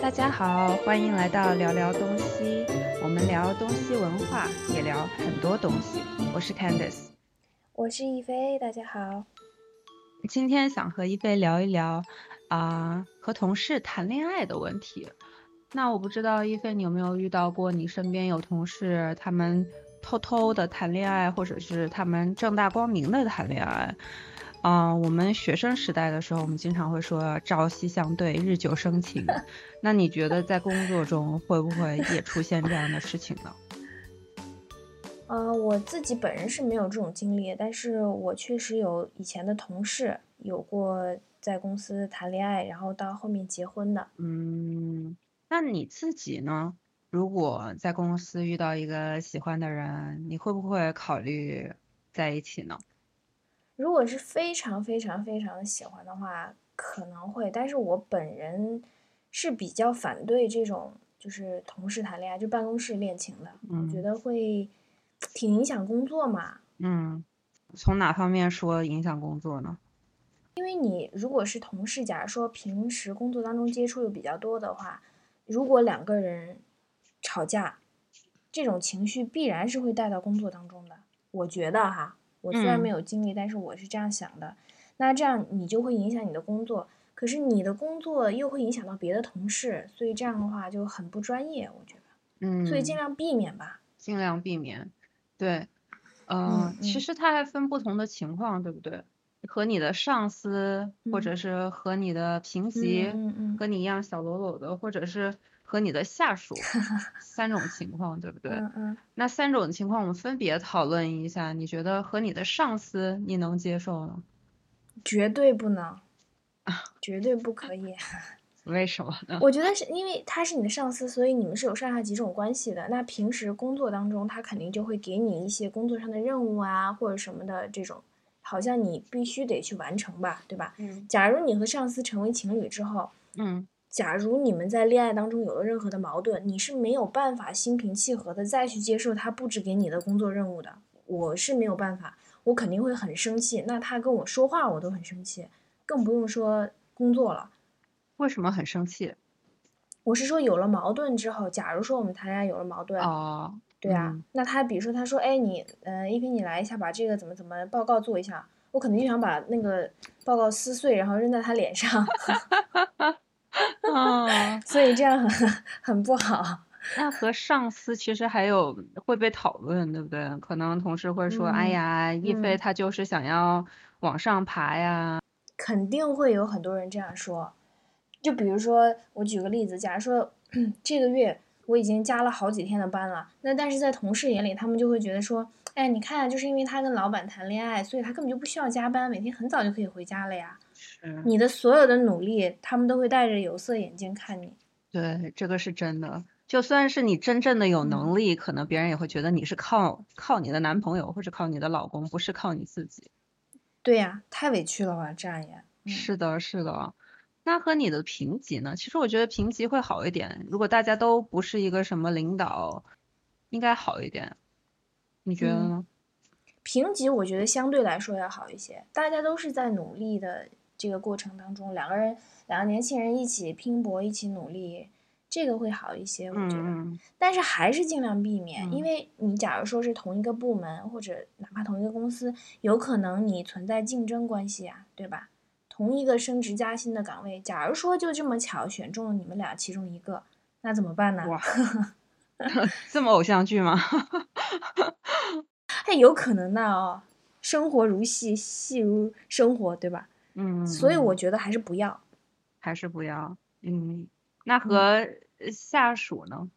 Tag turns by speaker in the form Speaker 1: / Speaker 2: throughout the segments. Speaker 1: 大家好，欢迎来到聊聊东西，我们聊东西文化，也聊很多东西。我是 Candice，
Speaker 2: 我是一菲，大家好。
Speaker 1: 今天想和一菲聊一聊啊、和同事谈恋爱的问题。那我不知道一菲，你有没有遇到过你身边有同事他们偷偷的谈恋爱，或者是他们正大光明的谈恋爱？啊、我们学生时代的时候，我们经常会说“朝夕相对，日久生情” 。那你觉得在工作中会不会也出现这样的事情呢？
Speaker 2: 呃，我自己本人是没有这种经历，但是我确实有以前的同事有过在公司谈恋爱，然后到后面结婚的。
Speaker 1: 嗯，那你自己呢？如果在公司遇到一个喜欢的人，你会不会考虑在一起呢？
Speaker 2: 如果是非常非常非常喜欢的话，可能会，但是我本人是比较反对这种就是同事谈恋爱，就办公室恋情的，我觉
Speaker 1: 嗯
Speaker 2: 得会挺影响工作嘛。
Speaker 1: 嗯，从哪方面说影响工作呢？
Speaker 2: 因为你如果是同事，假如说平时工作当中接触又比较多的话，如果两个人吵架，这种情绪必然是会带到工作当中的。我觉得哈，我虽然没
Speaker 1: 嗯
Speaker 2: 有经历，但是我是这样想的。那这样你就会影响你的工作，可是你的工作又会影响到别的同事，所以这样的话就很不专业，我觉得。
Speaker 1: 嗯，
Speaker 2: 所以尽量避免吧。
Speaker 1: 尽量避免。对，呃
Speaker 2: 嗯，
Speaker 1: 其
Speaker 2: 嗯
Speaker 1: 实它还分不同的情况，对不对？和你的上司，或者
Speaker 2: 嗯
Speaker 1: 是和你的平级，
Speaker 2: 嗯嗯
Speaker 1: 和你一样小喽啰的，或者是和你的下 属，三种情况，对不对？
Speaker 2: 嗯嗯
Speaker 1: 那三种情况我们分别讨论一下，你觉得和你的上司你能接受吗？
Speaker 2: 嗯，绝对不能，
Speaker 1: 啊
Speaker 2: 绝对不可以。
Speaker 1: 为什么呢？
Speaker 2: 我觉得是因为他是你的上司，所以你们是有上下级这种关系的。那平时工作当中，他肯定就会给你一些工作上的任务啊，或者什么的这种，好像你必须得去完成吧，对吧？
Speaker 1: 嗯
Speaker 2: 假如你和上司成为情侣之后，
Speaker 1: 嗯
Speaker 2: 假如你们在恋爱当中有了任何的矛盾，你是没有办法心平气和的再去接受他布置给你的工作任务的。我是没有办法，我肯定会很生气。那他跟我说话，我都很生气，更不用说工作了。
Speaker 1: 为什么很生气？
Speaker 2: 我是说有了矛盾之后，假如说我们谈恋爱有了矛盾，
Speaker 1: 哦，
Speaker 2: 对啊，
Speaker 1: 嗯
Speaker 2: 那他比如说他说，哎，你，呃，一菲你来一下，把这个怎么怎么报告做一下，我可能就想把那个报告撕碎，然后扔在他脸上，
Speaker 1: 哦，
Speaker 2: 所以这样很很不好。
Speaker 1: 那和上司其实还有会被讨论，对不对？可能同事会说：“哎
Speaker 2: 嗯
Speaker 1: 呀，一菲
Speaker 2: 嗯，
Speaker 1: 她就是想要往上爬呀。
Speaker 2: 肯定会有很多人这样说。就比如说，我举个例子，假如说 这个月我已经加了好几天的班了，那但是在同事眼里，他们就会觉得说，哎，你看，就是因为他跟老板谈恋爱，所以他根本就不需要加班，每天很早就可以回家了呀。
Speaker 1: 是，
Speaker 2: 你的所有的努力，他们都会戴着有色眼镜看你。
Speaker 1: 对，这个是真的。就算是你真正的有
Speaker 2: 嗯，
Speaker 1: 能力，可能别人也会觉得你是靠靠你的男朋友或者靠你的老公，不是靠你自己。
Speaker 2: 对呀、太委屈了吧，这样也，嗯
Speaker 1: 是的，是的。那和你的评级呢？其实我觉得评级会好一点。如果大家都不是一个什么领导，应该好一点。你觉得
Speaker 2: 嗯，
Speaker 1: 呢？
Speaker 2: 评级我觉得相对来说要好一些，大家都是在努力的这个过程当中，两个人，两个年轻人一起拼搏，一起努力，这个会好一些，我觉得。
Speaker 1: 嗯
Speaker 2: 但是还是尽量避免，
Speaker 1: 嗯
Speaker 2: 因为你假如说是同一个部门或者哪怕同一个公司，有可能你存在竞争关系啊，对吧？同一个升职加薪的岗位，假如说就这么巧选中了你们俩其中一个，那怎么办
Speaker 1: 嗯，
Speaker 2: 呢？
Speaker 1: 哇，这么偶像剧吗？
Speaker 2: 哎，有可能的哦。生活如戏，戏如生活，对吧？
Speaker 1: 嗯
Speaker 2: 所以我
Speaker 1: 嗯，
Speaker 2: 觉得还是不要。
Speaker 1: 还是不要。嗯，那
Speaker 2: 嗯，
Speaker 1: 和呃下属呢？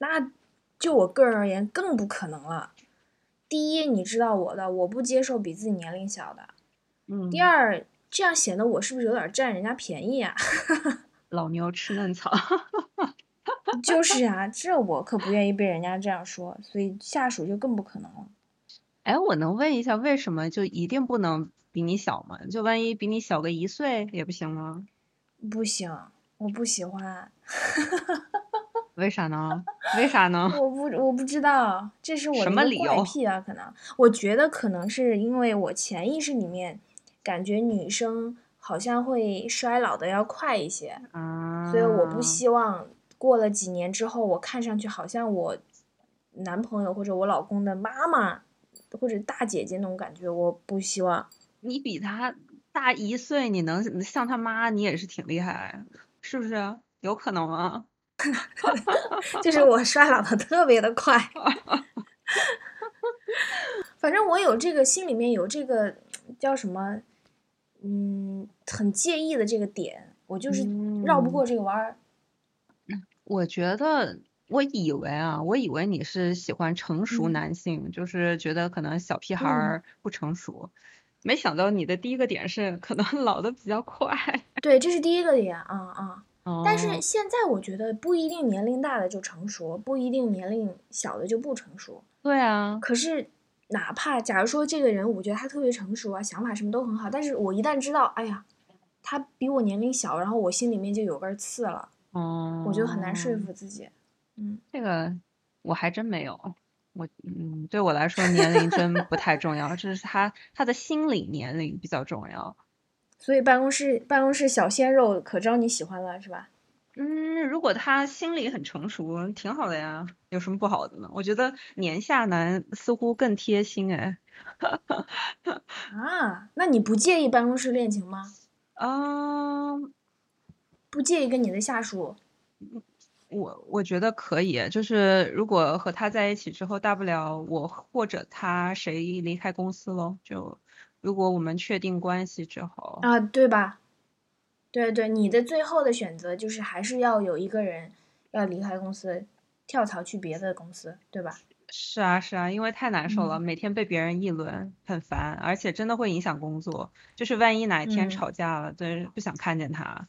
Speaker 2: 那就我个人而言，更不可能了。第一，你知道我的，我不接受比自己年龄小的；第
Speaker 1: 嗯，
Speaker 2: 二，这样显得我是不是有点占人家便宜啊？
Speaker 1: 老牛吃嫩草。
Speaker 2: 就是啊，这我可不愿意被人家这样说，所以下属就更不可能了。
Speaker 1: 哎，我能问一下，为什么就一定不能比你小吗？就万一比你小个一岁也不行吗？
Speaker 2: 不行，我不喜
Speaker 1: 啊
Speaker 2: 欢，
Speaker 1: 为啥呢？为啥呢？
Speaker 2: 我不我不知道，这是我
Speaker 1: 什
Speaker 2: 的一
Speaker 1: 么
Speaker 2: 个
Speaker 1: 理
Speaker 2: 怪
Speaker 1: 由？
Speaker 2: 癖啊吧？可能我觉得可能是因为我潜意识里面感觉女生好像会衰老的要快一些，所以我
Speaker 1: 嗯啊
Speaker 2: 不希望过了几年之后，我看上去好像我男朋友或者我老公的妈妈或者大姐姐那种感觉，我不希望。
Speaker 1: 你比他大一岁，你能像他妈，你也是挺厉害，是不是？有可能啊吗？
Speaker 2: 就是我衰老的特别的快，反正我有这个心里面有这个叫什么，嗯，很介意的这个点，我就是绕不过这个弯儿。
Speaker 1: 我觉得，我以为啊，我以为你是喜欢成熟
Speaker 2: 嗯
Speaker 1: 男性，就是觉得可能小屁孩
Speaker 2: 嗯
Speaker 1: 儿不成熟，没想到你的第一个点是可能 老的比较快。
Speaker 2: 对，这是第一个点啊啊！但
Speaker 1: 哦
Speaker 2: 是现在我觉得不一定年龄大的就成熟，不一定年龄小的就不成熟。
Speaker 1: 对啊，
Speaker 2: 可是，哪怕假如说这个人，我觉得他特别成熟啊，想法什么都很好，但是我一旦知道，哎呀，他比我年龄小，然后我心里面就有根刺了，
Speaker 1: 哦，
Speaker 2: 我就很难说服自己。嗯，
Speaker 1: 这个我还真没有，我嗯，对我来说年龄真不太重要，这是他他的心理年龄比较重要。
Speaker 2: 所以办公室办公室小鲜肉可招你喜欢了是吧？
Speaker 1: 嗯，如果他心理很成熟，挺好的呀，有什么不好的呢？我觉得年下男似乎更贴心哎。
Speaker 2: 啊，那你不介意办公室恋情吗？
Speaker 1: 嗯，
Speaker 2: 不介意跟你的下属？
Speaker 1: 我我觉得可以，就是如果和他在一起之后，大不了我或者他谁离开公司喽。就如果我们确定关系之后，
Speaker 2: 啊，对吧？对对，你的最后的选择就是还是要有一个人要离开公司，跳槽去别的公司，对吧？
Speaker 1: 是啊是啊，因为太难受
Speaker 2: 嗯
Speaker 1: 了，每天被别人议论很烦，而且真的会影响工作。就是万一哪一天
Speaker 2: 嗯
Speaker 1: 吵架了，对，不想看见他，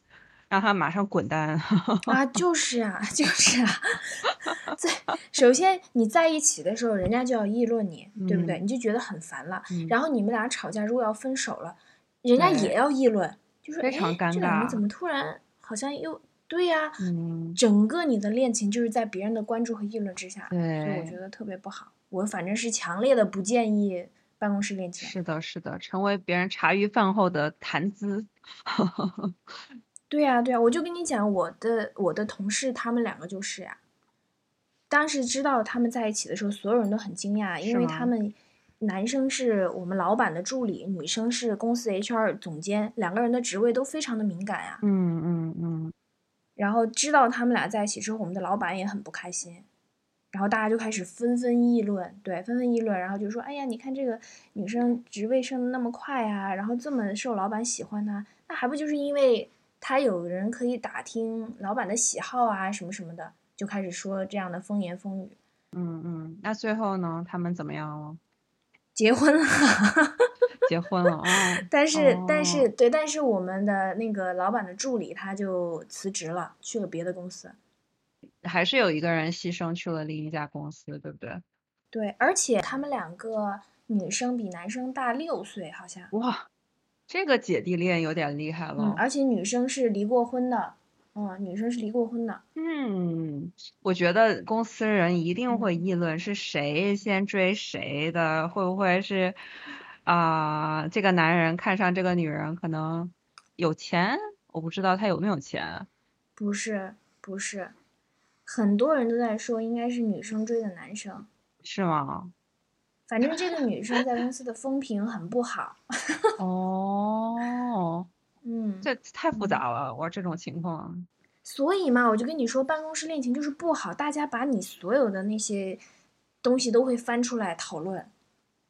Speaker 1: 让他马上滚蛋。
Speaker 2: 啊，就是啊， 就是啊。最首先你在一起的时候，人家就要议论你，对不对？
Speaker 1: 嗯
Speaker 2: 你就觉得很烦了。
Speaker 1: 嗯
Speaker 2: 然后你们俩吵架，如果要分手了，人家
Speaker 1: 对
Speaker 2: 也要议论，就说
Speaker 1: 非常
Speaker 2: 诶
Speaker 1: 尴
Speaker 2: 这两人
Speaker 1: 尬
Speaker 2: 怎么突然好像又对呀、
Speaker 1: 嗯，
Speaker 2: 整个你的恋情就是在别人的关注和议论之下，所以我
Speaker 1: 对
Speaker 2: 觉得特别不好。我反正是强烈的不建议办公室恋情。
Speaker 1: 是的，是的，成为别人茶余饭后的谈资。
Speaker 2: 对呀、对呀、啊我就跟你讲，我的我的同事他们两个就是呀、当时知道他们在一起的时候，所有人都很惊讶，
Speaker 1: 是
Speaker 2: 因为
Speaker 1: 吗
Speaker 2: 他们男生是我们老板的助理，女生是公司 HR 总监，两个人的职位都非常的敏感呀、
Speaker 1: 嗯嗯嗯，
Speaker 2: 然后知道他们俩在一起之后，我们的老板也很不开心，然后大家就开始纷纷议论，对，纷纷议论，然后就说：“哎呀，你看这个女生职位升的那么快啊，然后这么受老板喜欢呢、那还不就是因为她有人可以打听老板的喜好啊，什么什么的，就开始说这样的风言风语。
Speaker 1: 嗯嗯，那最后呢？他们怎么样了？
Speaker 2: 结婚了， ？
Speaker 1: 结婚了 啊
Speaker 2: 但是、但
Speaker 1: 哦
Speaker 2: 是对，但是我们的那个老板的助理他就辞职了，去了别的公司。
Speaker 1: 还是有一个人牺牲去了另一家公司，对不对？
Speaker 2: 对，而且他们两个女生比男生大六岁，好像。
Speaker 1: 哇，这个姐弟恋有点厉害
Speaker 2: 嗯
Speaker 1: 了，。
Speaker 2: 而且女生是离过婚的，嗯，女生是离过婚的。
Speaker 1: 嗯，我觉得公司人一定会
Speaker 2: 嗯
Speaker 1: 议论是谁先追谁的，会不会是啊、这个男人看上这个女人，可能有钱，我不知道他有没有钱。
Speaker 2: 不是，不是，很多人都在说应该是女生追的男生。
Speaker 1: 是 吗？
Speaker 2: 反正这个女生在公司的风评很不好。
Speaker 1: 哦，
Speaker 2: 嗯，
Speaker 1: 这太复
Speaker 2: 嗯
Speaker 1: 杂了，我这种情况。
Speaker 2: 所以嘛，我就跟你说，办公室恋情就是不好，大家把你所有的那些东西都会翻出来讨论，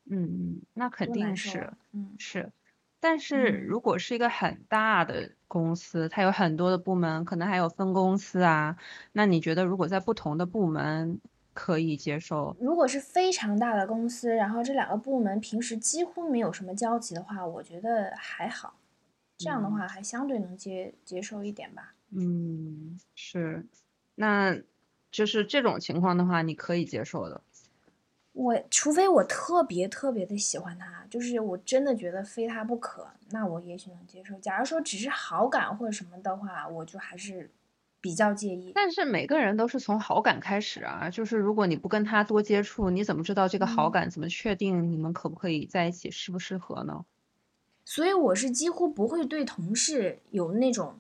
Speaker 1: 嗯嗯，那肯
Speaker 2: 多难
Speaker 1: 定
Speaker 2: 受
Speaker 1: 是
Speaker 2: 啊。嗯
Speaker 1: 是，但是
Speaker 2: 嗯
Speaker 1: 如果是一个很大的公司，它有很多的部门，可能还有分公司啊，那你觉得如果在不同的部门可以接受？
Speaker 2: 如果是非常大的公司，然后这两个部门平时几乎没有什么交集的话，我觉得还好。这样的
Speaker 1: 嗯
Speaker 2: 话还相对能接接受一点吧。
Speaker 1: 嗯，是，那就是这种情况的话，你可以接受的。
Speaker 2: 我除非我特别特别的喜欢他，就是我真的觉得非他不可，那我也许能接受。假如说只是好感或者什么的话，我就还是比较介意。
Speaker 1: 但是每个人都是从好感开始啊，就是如果你不跟他多接触，你怎么知道这个好
Speaker 2: 嗯
Speaker 1: 感？怎么确定你们可不可以在一起，适不适合呢？
Speaker 2: 所以我是几乎不会对同事有那种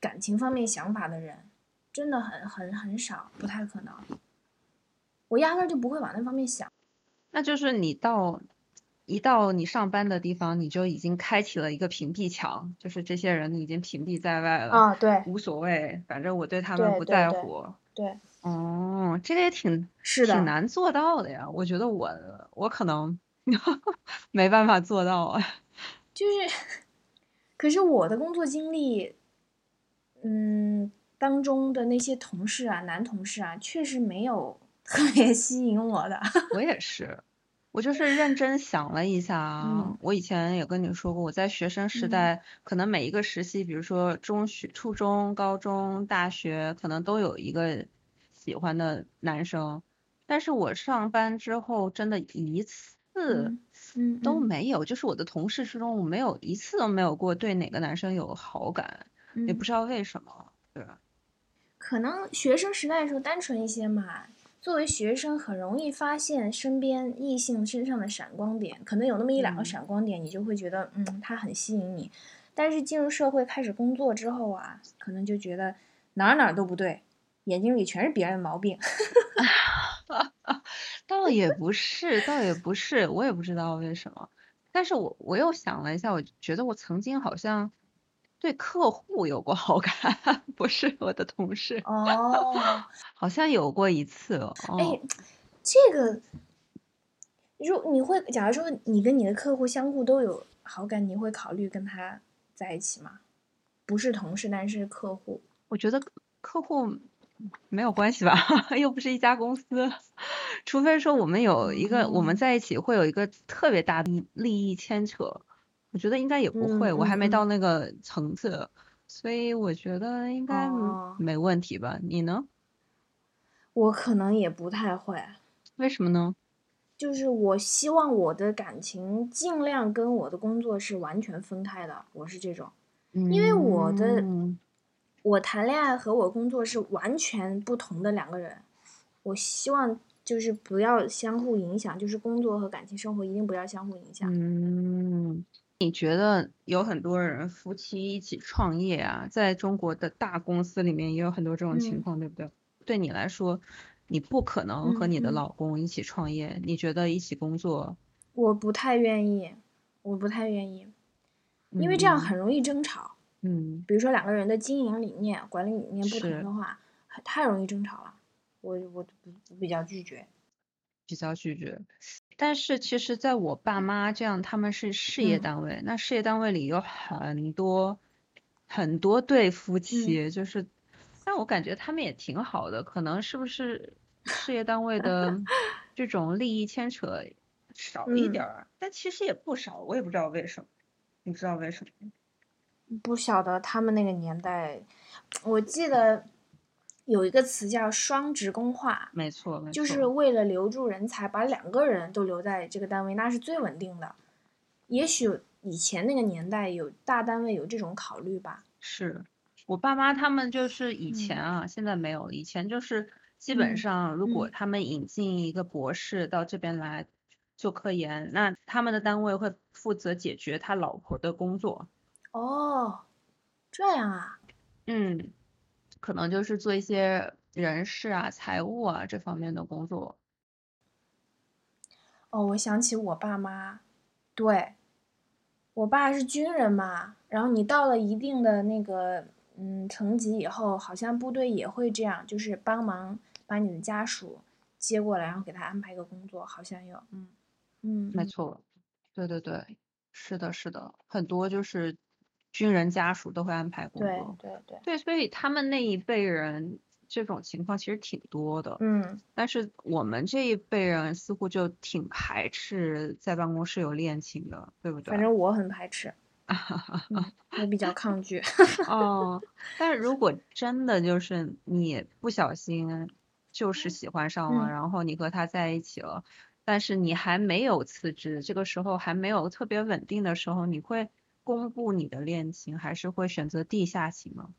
Speaker 2: 感情方面想法的人，真的很很很少，不太可能。我压根儿就不会往那方面想。
Speaker 1: 那就是你到一到你上班的地方，你就已经开启了一个屏蔽墙，就是这些人你已经屏蔽在外了，
Speaker 2: 啊，对
Speaker 1: 无所谓，反正我对他
Speaker 2: 对
Speaker 1: 们不
Speaker 2: 对
Speaker 1: 在
Speaker 2: 对
Speaker 1: 乎。
Speaker 2: 对，
Speaker 1: 哦，这个也挺
Speaker 2: 是的
Speaker 1: 挺难做到的呀。我觉得我我可能 没办法做到啊。
Speaker 2: 就是，可是我的工作经历，嗯，当中的那些同事啊，男同事啊，确实没有 特别吸引我的。
Speaker 1: 我也是，我就是认真想了一下啊。
Speaker 2: 嗯
Speaker 1: 我以前也跟你说过，我在学生时
Speaker 2: 嗯
Speaker 1: 代，可能每一个时期，比如说中学、初中、高中、大学，可能都有一个喜欢的男生。但是我上班之后，真的一次
Speaker 2: 嗯嗯，
Speaker 1: 都
Speaker 2: 嗯
Speaker 1: 没有，就是我的同事之中，我没有一次都没有过对哪个男生有好感，也
Speaker 2: 嗯
Speaker 1: 不知道为什么。对，
Speaker 2: 可能学生时代的时候单纯一些嘛。作为学生，很容易发现身边异性身上的闪光点，可能有那么一两个
Speaker 1: 嗯
Speaker 2: 闪光点，你就会觉得，嗯，他很吸引你。但是进入社会开始工作之后啊，可能就觉得哪儿哪儿都不对，眼睛里全是别人的毛病。
Speaker 1: 倒也不是，倒也不是，我也不知道为什么。但是我我又想了一下，我觉得我曾经好像对客户有过好感， 不是我的同事，
Speaker 2: 哦，
Speaker 1: 好像有过一次哦。
Speaker 2: 哎
Speaker 1: 哦，
Speaker 2: 这个，如你会，假如说你跟你的客户相互都有好感，你会考虑跟他在一起吗？不是同事，但是客户。
Speaker 1: 我觉得客户没有关系吧， 又不是一家公司，除非说我们有一个，我们
Speaker 2: 哦
Speaker 1: 在一起会有一个特别大的利利益牵扯，我觉得应该也不会，
Speaker 2: 嗯
Speaker 1: 我还
Speaker 2: 嗯
Speaker 1: 没
Speaker 2: 嗯
Speaker 1: 到那个层次，所以我觉得应该
Speaker 2: 哦
Speaker 1: 没问题吧？你呢？
Speaker 2: 我可能也不太会，
Speaker 1: 为什么呢？
Speaker 2: 就是我希望我的感情尽量跟我的工作是完全分开的，我是这种。因为我的
Speaker 1: 嗯
Speaker 2: 我谈恋爱和我工作是完全不同的两个人，我希望就是不要相互影响，就是工作和感情生活一定不要相互影响。
Speaker 1: 嗯，你觉得有很多人夫妻一起创业啊，在中国的大公司里面也有很多这种情
Speaker 2: 嗯
Speaker 1: 况，对不对？对你来说，你不可能和
Speaker 2: 嗯
Speaker 1: 你的
Speaker 2: 嗯
Speaker 1: 老公一起创业，你觉得一起工作，
Speaker 2: 我不太愿意，我不太愿意，因为这样很容易争吵。
Speaker 1: 嗯，
Speaker 2: 比如说两个人的经营理念、管理理念不同
Speaker 1: 是
Speaker 2: 的话，很太容易争吵了。我我我比较拒绝。
Speaker 1: 比较拒绝。但是其实，在我爸妈这样，他们是事业
Speaker 2: 嗯
Speaker 1: 单位，那事业单位里有很多很多对夫妻，就是，但我感觉他们也挺好的，可能是不是事业单位 的这种利益牵扯少一点儿，但其实也不少，我也不知道为什么，你知道为什么吗？
Speaker 2: 不晓得他们那个年代，我记得有一个词叫“双职工化
Speaker 1: 没错，”，没
Speaker 2: 就
Speaker 1: 错，
Speaker 2: 是为了留住人才，把两个人都留在这个单位，那是最稳定的。也许以前那个年代有大单位有这种考虑吧。
Speaker 1: 是我爸妈他们就是以
Speaker 2: 嗯
Speaker 1: 前啊，现在没有，以前就是基本
Speaker 2: 嗯
Speaker 1: 上如果
Speaker 2: 嗯
Speaker 1: 他们引进一个博士到这边来做科研，那他们的单位会负责解决他老婆的工作，
Speaker 2: 哦，这样啊，
Speaker 1: 嗯，可能就是做一些人事啊、财务啊这方面的工作，
Speaker 2: 哦，我想起我爸妈，对，我爸是军人嘛，然后你到了一定的那个嗯层级以后，好像部队也会这样，就是帮忙把你的家属接过来，然后给他安排一个工作，好像有，嗯嗯
Speaker 1: 没错，对对对，是的，是的，很多就是军人家属都会安排工
Speaker 2: 对
Speaker 1: 作，
Speaker 2: 对对，
Speaker 1: 对，所以他们那一辈人这种情况其实挺多的。
Speaker 2: 嗯
Speaker 1: 但是我们这一辈人似乎就挺排斥在办公室有恋情的，对不对？
Speaker 2: 反正我很排 斥，嗯我比较抗拒，
Speaker 1: 哦，但是如果真的就是你不小心就是喜欢上了，
Speaker 2: 嗯
Speaker 1: 然后你和他在一起了，但是你还没有辞职，这个时候还没有特别稳定的时候，你会公布你的恋情，还是会选择地下情呢？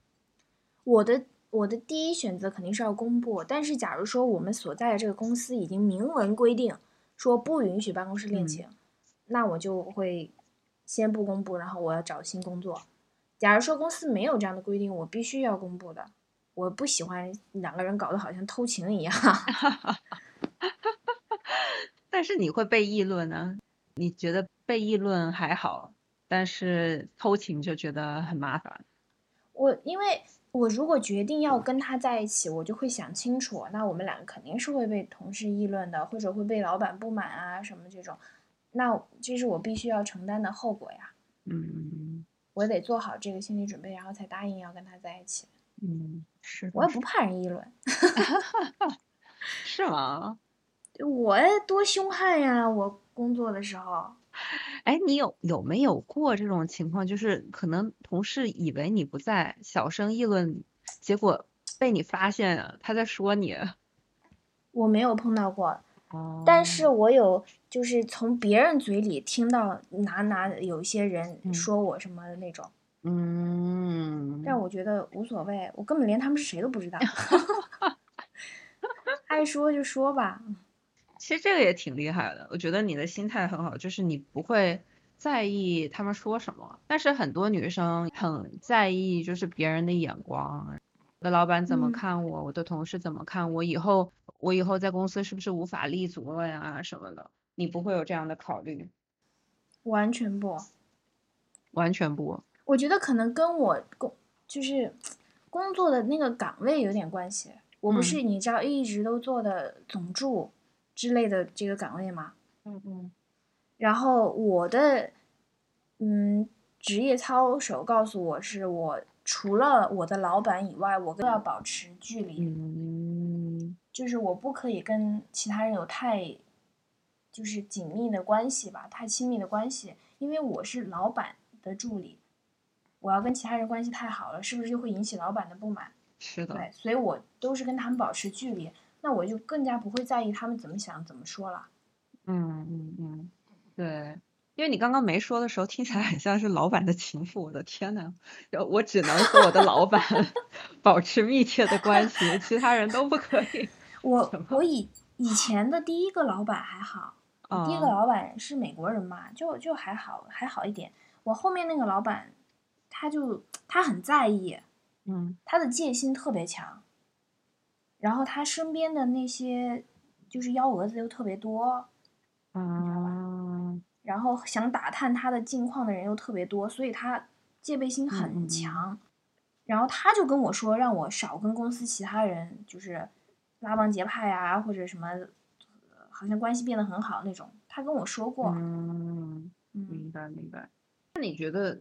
Speaker 2: 我的。我的第一选择肯定是要公布，但是假如说我们所在的这个公司已经明文规定说不允许办公室恋
Speaker 1: 嗯
Speaker 2: 情，那我就会先不公布，然后我要找新工作。假如说公司没有这样的规定，我必须要公布的。我不喜欢两个人搞得好像偷情一样。
Speaker 1: 但是你会被议论呢？你觉得被议论还好，但是偷情就觉得很麻烦。
Speaker 2: 我因为我如果决定要跟他在一起，我就会想清楚，那我们两个肯定是会被同事议论的，或者会被老板不满啊什么这种，那这是我必须要承担的后果呀。
Speaker 1: 嗯
Speaker 2: 我得做好这个心理准备，然后才答应要跟他在一起。
Speaker 1: 嗯，是的
Speaker 2: 我也不怕人议论，
Speaker 1: 是吗？
Speaker 2: 我多凶悍呀！我工作的时候，
Speaker 1: 哎，你有有没有过这种情况？就是可能同事以为你不在，小声议论你，结果被你发现了他在说你。
Speaker 2: 我没有碰到过，
Speaker 1: 哦
Speaker 2: 但是我有就是从别人嘴里听到哪哪有一些人
Speaker 1: 嗯
Speaker 2: 说我什么的那种，
Speaker 1: 嗯，
Speaker 2: 但我觉得无所谓，我根本连他们是谁都不知 道，爱说就说吧。
Speaker 1: 其实这个也挺厉害的，我觉得你的心态很好，就是你不会在意他们说什么，但是很多女生很在意就是别人的眼光，我的老板怎么
Speaker 2: 嗯
Speaker 1: 看我，我的同事怎么看我，以后我以后在公司是不是无法立足了呀什么的，你不会有这样的考虑，
Speaker 2: 完全不，
Speaker 1: 完全不。
Speaker 2: 我觉得可能跟我工就是工作的那个岗位有点关系。我不
Speaker 1: 嗯
Speaker 2: 是你知道一直都做的总助之类的这个岗位吗？
Speaker 1: 嗯嗯
Speaker 2: 然后我的嗯职业操守告诉我是我除了我的老板以外，我更要保持距离，
Speaker 1: 嗯
Speaker 2: 就是我不可以跟其他人有太就是紧密的关系吧，太亲密的关系，因为我是老板的助理，我要跟其他人关系太好了，是不是就会引起老板的不满？
Speaker 1: 是的，
Speaker 2: 对，所以我都是跟他们保持距离，那我就更加不会在意他们怎么想、怎么说了。
Speaker 1: 嗯嗯嗯，对，因为你刚刚没说的时候，听起来很像是老板的情妇。我的天呐，呃我只能和我的老板保持密切的关系，其他人都不可以。什
Speaker 2: 我
Speaker 1: 么
Speaker 2: 我以以前的第一个老板 还好，
Speaker 1: 啊、
Speaker 2: 第一个老板是美国人嘛，就就还好还好一点。我后面那个老板，他就他很在意，
Speaker 1: 嗯
Speaker 2: 他的戒心特别强，然后他身边的那些就是幺蛾子又特别多，
Speaker 1: 啊，
Speaker 2: 然后想打探他的近况的人又特别多，所以他戒备心
Speaker 1: 嗯嗯
Speaker 2: 很
Speaker 1: 嗯
Speaker 2: 强。然后他就跟我说，让我少跟公司其他人就是拉帮结派啊，或者什么，呃好像关系变得很好那种。他跟我说过，
Speaker 1: 嗯，
Speaker 2: 嗯
Speaker 1: 明白明白。那你觉得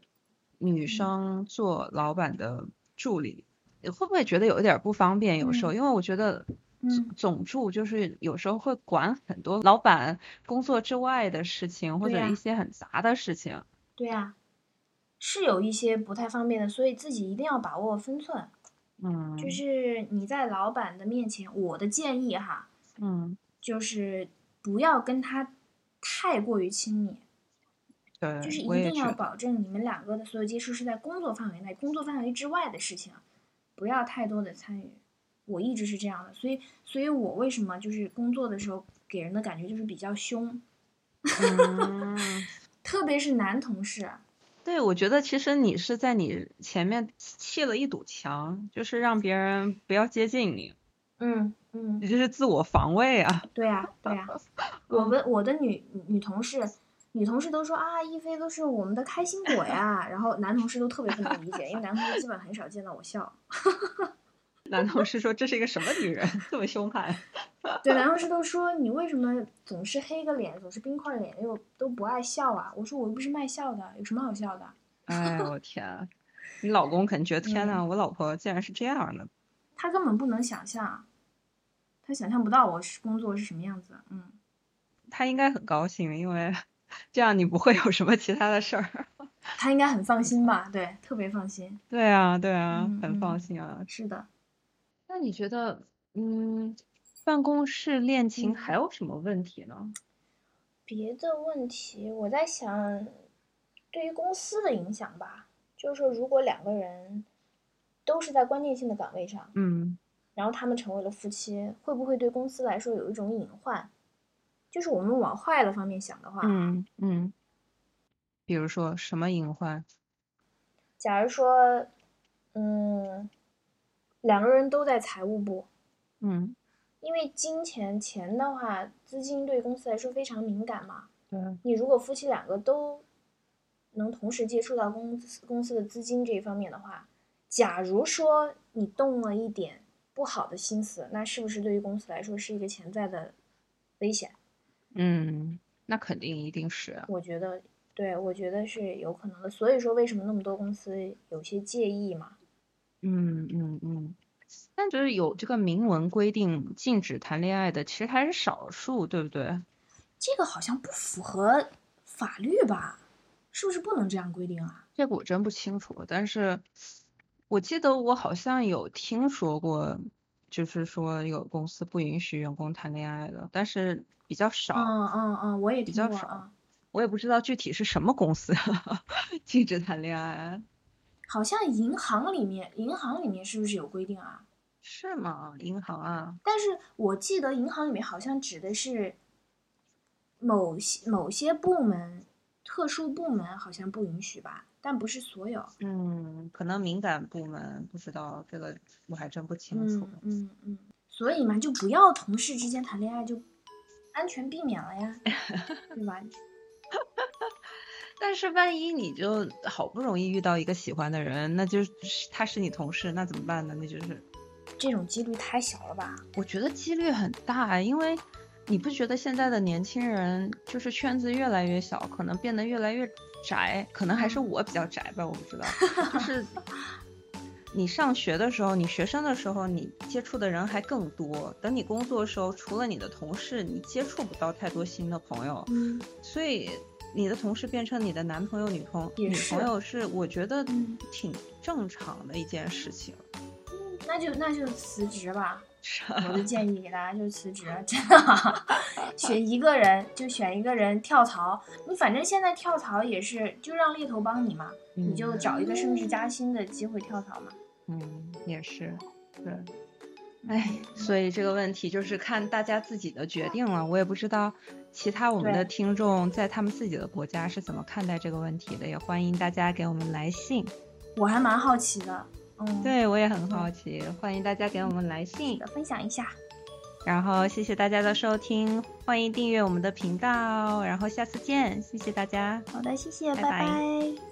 Speaker 1: 女生做老板的助理，你会不会觉得有一点儿不方便？有时候，因为我觉得总
Speaker 2: 嗯
Speaker 1: 总助就是有时候会管很多老板工作之外的事情，或
Speaker 2: 对
Speaker 1: 者
Speaker 2: 呀
Speaker 1: 一些很杂的事情。
Speaker 2: 对呀、是有一些不太方便的，所以自己一定要把握分寸。
Speaker 1: 嗯，
Speaker 2: 就是你在老板的面前，我的建议哈，
Speaker 1: 嗯，
Speaker 2: 就是不要跟他太过于亲密，
Speaker 1: 对，
Speaker 2: 就是一
Speaker 1: 我也
Speaker 2: 定
Speaker 1: 觉
Speaker 2: 要
Speaker 1: 得
Speaker 2: 保证你们两个的所有接触是在工作范围内，工作范围之外的事情，不要太多的参与。我一直是这样的，所以，所以我为什么就是工作的时候给人的感觉就是比较凶，
Speaker 1: 嗯，
Speaker 2: 特别是男同事，啊
Speaker 1: 对，我觉得其实你是在你前面砌了一堵墙，就是让别人不要接近你，
Speaker 2: 嗯嗯，
Speaker 1: 你这是自我防卫啊。
Speaker 2: 对呀、对呀、我们我的女女同事，女同事都说啊，一菲都是我们的开心果呀。然后男同事都特别不能理解，因为男同事基本很少见到我笑。
Speaker 1: 男同事说这是一个什么女人，这么凶悍？
Speaker 2: 对，男同事都说你为什么总是黑个脸，总是冰块脸，又都不爱笑啊？我说我又不是卖笑的，有什么好笑的？
Speaker 1: 哎，我天啊，你老公肯定觉得天呐，我老婆竟然是这样的。
Speaker 2: 他根本不能想象，他想象不到我是工作是什么样子。嗯，
Speaker 1: 他应该很高兴，因为 这样你不会有什么其他的事儿。
Speaker 2: 他应该很放心吧？对，特别放心。
Speaker 1: 对啊，对啊，
Speaker 2: 嗯
Speaker 1: 很放
Speaker 2: 嗯
Speaker 1: 心啊。
Speaker 2: 是的，
Speaker 1: 那你觉得，嗯，办公室恋情
Speaker 2: 嗯
Speaker 1: 还有什么问题呢？
Speaker 2: 别的问题，我在想，对于公司的影响吧，就是说，如果两个人都是在关键性的岗位上，
Speaker 1: 嗯
Speaker 2: 然后他们成为了夫妻，会不会对公司来说有一种隐患？就是我们往坏的方
Speaker 1: 啊嗯
Speaker 2: 面想的话，
Speaker 1: 嗯嗯，比如说什么隐患？
Speaker 2: 假如说，嗯，两个人都在财务部，
Speaker 1: 嗯，
Speaker 2: 因为金钱钱的话，资金对公司来说非常敏感嘛。
Speaker 1: 对，
Speaker 2: 你如果夫妻两个都能同时接触到公司公司的资金这一方面的话，假如说你动了一点不好的心思，那是不是对于公司来说是一个潜在的危险？
Speaker 1: 嗯，那肯定一定是啊，
Speaker 2: 我觉得，对我觉得是有可能的。所以说，为什么那么多公司有些介意嘛？
Speaker 1: 嗯嗯嗯，但就是有这个明文规定禁止谈恋爱的，其实还是少数，对不对？
Speaker 2: 这个好像不符合法律吧？是不是不能这样规定啊？
Speaker 1: 这个我真不清楚，但是我记得我好像有听说过，就是说有公司不允许员工谈恋爱的，但是比较少，
Speaker 2: 嗯嗯嗯，我也
Speaker 1: 比
Speaker 2: 听
Speaker 1: 较
Speaker 2: 过
Speaker 1: 少
Speaker 2: 啊，
Speaker 1: 我也不知道具体是什么公司 禁止谈恋爱，
Speaker 2: 好像银行里面，银行里面是不是有规定啊？
Speaker 1: 是吗？银行啊，
Speaker 2: 但是我记得银行里面好像指的是某些某些部门、特殊部门好像不允许吧，但不是所有。
Speaker 1: 嗯，可能敏感部门不知道这个，我还真不清楚。
Speaker 2: 嗯嗯嗯，所以嘛，就不要同事之间谈恋爱，就安全避免了呀，对吧？
Speaker 1: 但是万一你就好不容易遇到一个喜欢的人，那就是他是你同事，那怎么办呢？那就是
Speaker 2: 这种几率太小了吧？
Speaker 1: 我觉得几率很大，哎因为你不觉得现在的年轻人就是圈子越来越小，可能变得越来越窄，可能还是
Speaker 2: 嗯
Speaker 1: 我比较窄吧，我不 知道，就是。你上学的时候，你学生的时候，你接触的人还更多。等你工作的时候，除了你的同事，你接触不到太多新的朋友。
Speaker 2: 嗯
Speaker 1: 所以你的同事变成你的男朋友、女朋
Speaker 2: 也
Speaker 1: 女
Speaker 2: 是
Speaker 1: 朋友是，我觉得
Speaker 2: 嗯
Speaker 1: 挺正常的一件事情。
Speaker 2: 那就那就辞职吧。
Speaker 1: 是
Speaker 2: 我的建议给大家就是辞职，啊真的、 选一个人就选一个人跳槽。你反正现在跳槽也是，就让猎头帮你嘛， 你就找一个升职加薪的机会跳槽嘛。
Speaker 1: 嗯，也是，对。哎，所以这个问题就是看大家自己的决定了。我也不知道其他我们
Speaker 2: 对
Speaker 1: 的听众在他们自己的国家是怎么看待这个问题的，也欢迎大家给我们来信。
Speaker 2: 我还蛮好奇的，嗯，，
Speaker 1: 对我也很好奇，欢迎大家给我们来信。
Speaker 2: 分享一下。
Speaker 1: 然后谢谢大家的收听，欢迎订阅我们的频道，然后下次见，谢谢大家。
Speaker 2: 好的，谢谢，
Speaker 1: 拜
Speaker 2: 拜
Speaker 1: 拜
Speaker 2: 拜